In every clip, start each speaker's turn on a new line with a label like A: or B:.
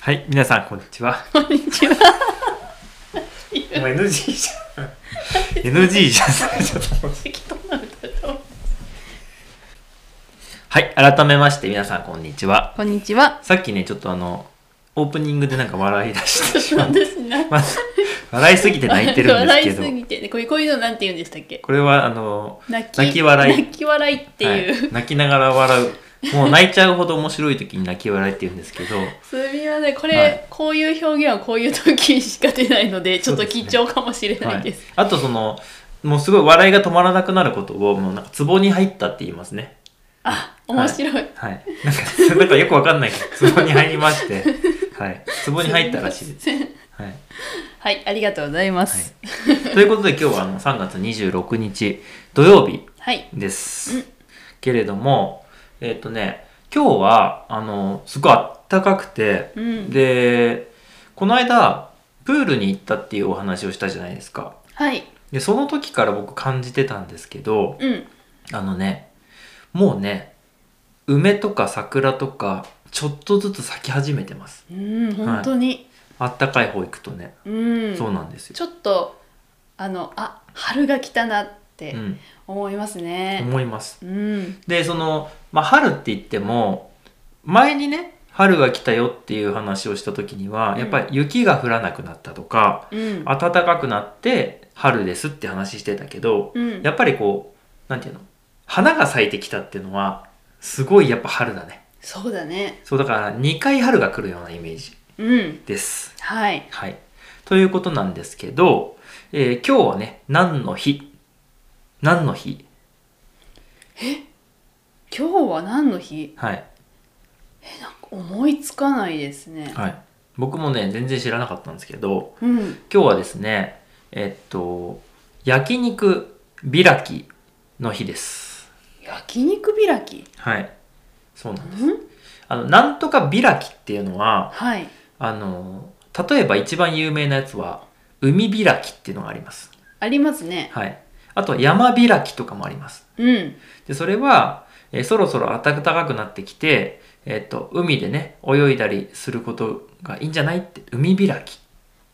A: はい、皆さんこんにち は。
B: こんにちは。
A: もう NG じゃん。NG じゃん。ちょっと
B: 適当な歌だと
A: はい、改めまして皆さんこんにちは。
B: こんにちは。
A: さっきね、ちょっとあの、オープニングでなんか笑い出してしま
B: そう
A: って、
B: ですね。
A: まあ笑いすぎて泣いてるんですけ
B: 笑いす
A: ど、
B: ぎてね、こういうこういうのなんて言うんでしたっけ？
A: これはあの、
B: 泣き
A: 泣き笑い
B: 泣き笑いっていう。
A: はい泣きながら笑う。もう泣いちゃうほど面白い時に泣き笑いって言うんですけど、
B: すみません、これ、
A: はい
B: こういう表現はこういう時しか出ないので、ちょっと
A: そう
B: 緊
A: ですね
B: 張かもしれな
A: はい
B: で
A: い
B: す。、
A: あとその、もうすごい笑いが止まらなくなることを、もうなんかツボに入ったって言いますね。
B: あ、面白い。
A: はい。なんか、なんかよくわかんないけど、壺に入りまして、はい。壺に入ったらしいです。
B: すみません
A: はい。
B: はい、ありがとうございます。
A: ということで今日はあの3月26日土曜日
B: はい、
A: です。けれども、えっ、とね、今日は、あの、すごいあったかくて、
B: うん
A: で、この間、プールに行ったっていうお話をしたじゃないですか。
B: はい、
A: で、その時から僕感じてたんですけど、
B: うん、
A: あのね、もうね、梅とか桜とか、ちょっとずつ咲き始めてます。
B: うん、本当に、
A: あったかい方行くとね、
B: うん、
A: そうなんですよ
B: ち。ょっとあのあ春が来たなって
A: うん、
B: 思いますね。
A: 思います。
B: うん、
A: で、その、まあ、春って言っても、前にね、春が来たよっていう話をした時には、
B: うん
A: やっぱり雪が降らなくなったとか、
B: うん、
A: 暖かくなって春ですって話してたけど、
B: うん、
A: やっぱりこう、なんていうの、花が咲いてきたっていうのは、すごいやっぱ春だね。
B: そうだね。
A: そうだから2回春が来るようなイメージ
B: うん。
A: です。
B: はい。
A: はい。ということなんですけど、えー今日はね、何の日何の日
B: 今日は何の日
A: はい。
B: なんか思いつかないですね。
A: はい。僕もね、全然知らなかったんですけど、
B: うん。
A: 今日はですね、えっと、焼肉開きの日です。
B: 焼肉開き
A: はい。そうなん
B: う
A: です。
B: ん
A: あの、なんとか開きっていうのは、
B: はい。
A: あの、例えば一番有名なやつは、海開きっていうのがあります。
B: ありますね。
A: はい。あと、山開きとかもあります。
B: うん。
A: でそれは、えーそろそろ暖かくなってきて、えーっと海でね泳いだりすることがいいんじゃないって海開き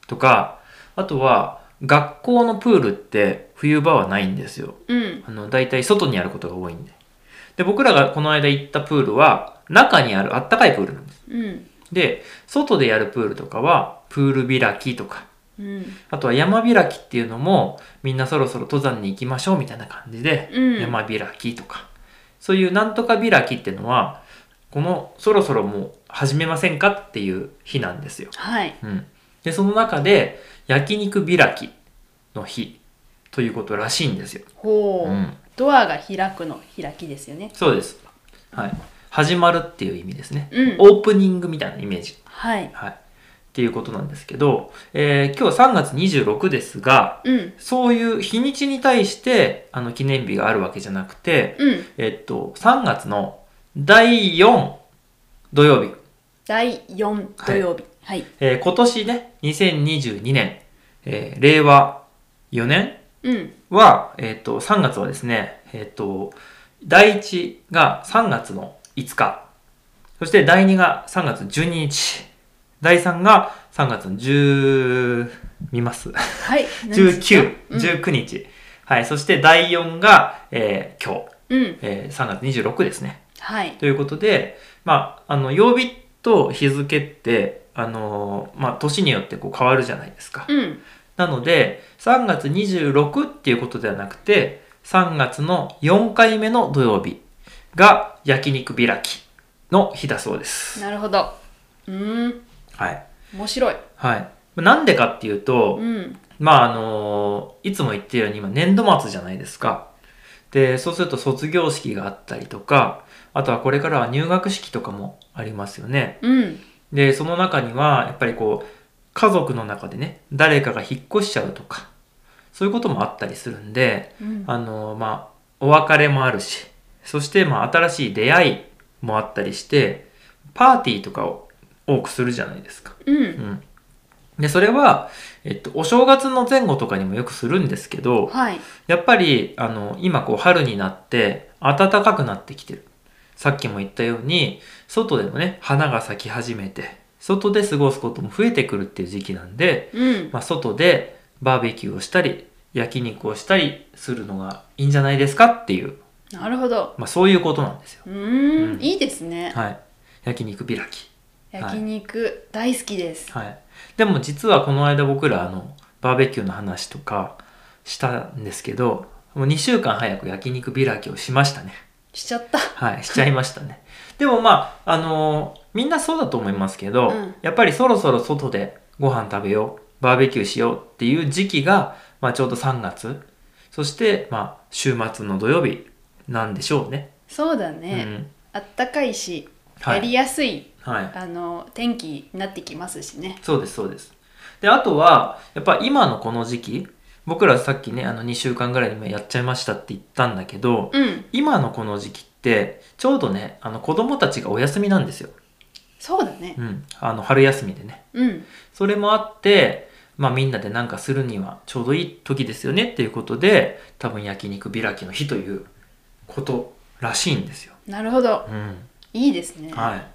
A: とかあとは学校のプールって冬場はないんですよ
B: うん。
A: あの大体外にあることが多いんでで僕らがこの間行ったプールは中にある暖かいプールなんです
B: うん。
A: で外でやるプールとかはプール開きとか
B: うん。
A: あとは山開きっていうのもみんなそろそろ登山に行きましょうみたいな感じで
B: うん。
A: 山開きとか、そういうなんとか開きってのはこのそろそろもう始めませんかっていう日なんですよ、
B: はい。
A: うん、でその中で焼肉開きの日ということらしいんですよ、
B: ほう、
A: うん、
B: ドアが開くの開きですよね。
A: そうです、はい、始まるっていう意味ですね、
B: うん
A: オープニングみたいなイメージ、
B: はい。
A: はい、っていうことなんですけど、えー今日3月26ですが
B: うん。
A: そういう日にちに対してあの記念日があるわけじゃなくて、
B: うん。
A: えっと、3月の第4土曜日、
B: 第4土曜日。はい。
A: えー今年ね、2022年、えー令和4年
B: うん。
A: は、えっと、3月はですね、えっと、第1が3月の5日、そして第2が3月12日、第3が3月の10、見ます
B: はい。
A: ?19、
B: うん
A: 19日。はい、そして第4が、えー今日、
B: うん。
A: えー3月26ですね。
B: はい。
A: ということで、まあ、あの曜日と日付って、あのーまあ、年によってこう変わるじゃないですか。
B: うん。
A: なので3月26っていうことではなくて3月の4回目の土曜日が焼肉開きの日だそうです。
B: なるほど。うーん。
A: はい。
B: 面白い。
A: はい。なんでかっていうと、
B: うん。
A: まああのいつも言ってるように今年度末じゃないですか。で、そうすると卒業式があったりとか、あとはこれからは入学式とかもありますよね。
B: うん。
A: でその中にはやっぱりこう家族の中でね誰かが引っ越しちゃうとかそういうこともあったりするんで
B: うん。
A: あのまあお別れもあるしそしてまあ新しい出会いもあったりしてパーティーとかを多くするじゃないですか。う
B: う。
A: んん、でそれは、えっと、お正月の前後とかにもよくするんですけど
B: はい。
A: やっぱりあの今こう春になって暖かくなってきてるさっきも言ったように外でもね花が咲き始めて外で過ごすことも増えてくるっていう時期なんで、
B: うん
A: まあ、外でバーベキューをしたり焼肉をしたりするのがいいんじゃないですかっていう、
B: なるほど
A: まあ、そういうことなんですよ。
B: うーん、
A: うん
B: いいですね、
A: はい、焼肉開き、
B: 焼肉大好きです、
A: はい、でも実はこの間僕らあのバーベキューの話とかしたんですけどもう2週間早く焼肉開きをしましたね。
B: しちゃった
A: はい、しちゃいました ね。でもまあ、あのーみんなそうだと思いますけど、
B: うん
A: やっぱりそろそろ外でご飯食べよう、バーベキューしようっていう時期が、まあちょうど3月、そしてまあ週末の土曜日なんでしょうね。
B: そうだ
A: う
B: ね、
A: ん。
B: あったかいし、
A: は
B: やり
A: い。
B: やすい
A: はい。
B: あの天気になってきますしね
A: そうです、そうです。で、あとは、やっぱ今のこの時期、僕らさっきね、あの2週間ぐらいにもやっちゃいましたって言ったんだけど、
B: うん
A: 今のこの時期って、ちょうどね、あの子供たちがお休みなんですよ。
B: そうだね
A: うん。あの春休みでね。
B: うん
A: それもあって、まあみんなでなんかするにはちょうどいい時ですよねっていうことで、多分焼肉開きの日ということらしいんですよ。
B: なるほど
A: うん。
B: いいですね、
A: はい。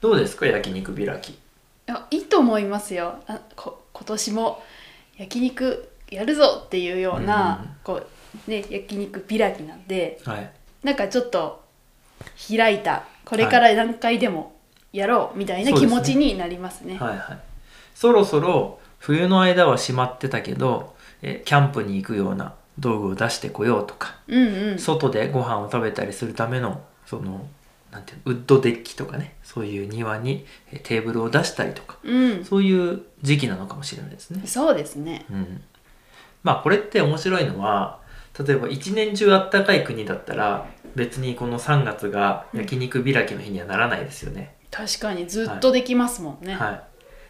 A: どうですか焼肉開き。
B: いやいいと思いますよあこ今年も焼肉やるぞっていうような、
A: うん
B: こうね焼肉開きなんで
A: はい。
B: なんかちょっと開いたこれから何回でもやろうみたいな
A: そう
B: 気
A: ですね
B: 持ちになりますね。
A: はいはい。そろそろ冬の間は閉まってたけど、えキャンプに行くような道具を出してこようとか、
B: うんうん、
A: 外でご飯を食べたりするための、その、なんていうのウッドデッキとかね、そういう庭にえテーブルを出したりとか、
B: うん、
A: そういう時期なのかもしれないですね。
B: そうですね。
A: うん、まあこれって面白いのは例えば一年中あったかい国だったら別にこの3月が焼肉開きの日にはならないですよね。
B: 確かにずっとできますもんね。
A: はい、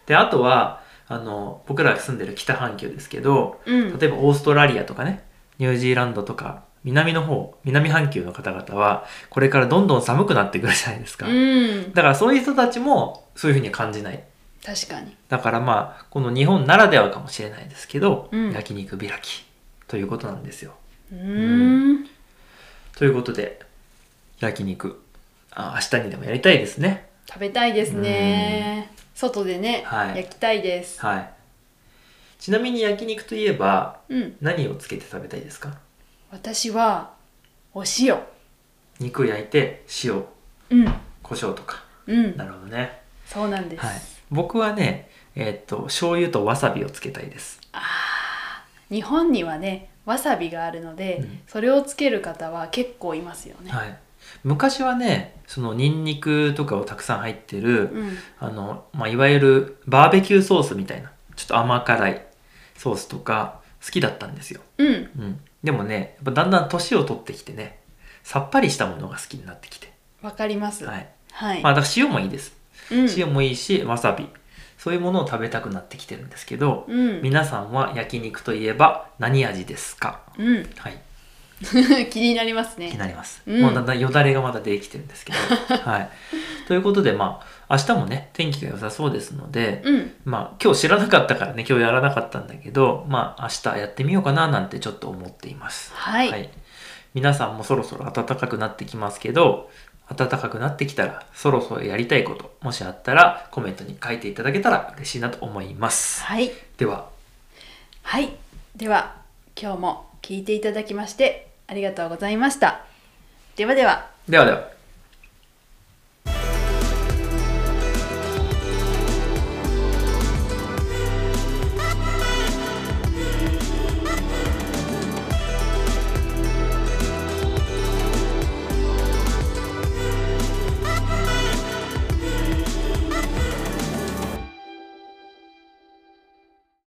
A: であとはあの僕らが住んでる北半球ですけど
B: うん、
A: 例えばオーストラリアとかねニュージーランドとか南の方南半球の方々はこれからどんどん寒くなってくるじゃないですか。
B: うん、
A: だからそういう人たちもそういうふうに感じない。
B: 確かに。
A: だからまあこの日本ならではかもしれないですけど、
B: うん
A: 焼肉開きということなんですよ。
B: うー、
A: うんということで焼肉あ明日にでもやりたいですね。
B: 食べたいですね。外でね、
A: はい
B: 焼きたいです。
A: はい。ちなみに焼肉といえば
B: うん、
A: 何をつけて食べたいですか
B: 私はお塩。
A: 肉焼いて塩
B: うん、
A: 胡椒とか
B: うん
A: な、るほどね、
B: そうなんです。
A: はい、僕はねえーっと醤油とわさびをつけたいです
B: 日本にはね、わさびがあるので、
A: うん
B: それをつける方は結構いますよね。
A: はい昔はねそのニンニクとかをたくさん入ってる、
B: うん、
A: あの、まあ、いわゆるバーベキューソースみたいな、ちょっと甘辛いソースとか好きだったんですよ。
B: うん、
A: うん。でもね、やっぱだんだん年を取ってきてね、さっぱりしたものが好きになってきて。
B: わかります。
A: はい。
B: はい。
A: まあ、だから塩もいいです。
B: うん、
A: 塩もいいし、わさび。そういうものを食べたくなってきてるんですけど、
B: うん、
A: 皆さんは焼肉といえば何味ですか
B: うん、
A: はい。
B: 気になります
A: 気に
B: ね。
A: なります。
B: うん
A: もうだんだんよだれがまだできてるんですけど。 はい。ということで、まあ、明日もね、天気が良さそうですので、
B: うん、
A: まあ今日知らなかったからね今日やらなかったんだけどまあ明日やってみようかななんてちょっと思っています
B: はい、
A: 皆さんもそろそろ暖かくなってきますけど暖かくなってきたらそろそろやりたいこともしあったらコメントに書いていただけたら嬉しいなと思います
B: はい、
A: では
B: はい、では今日も聞いていただきましてありがとうございました。ではでは。
A: ではでは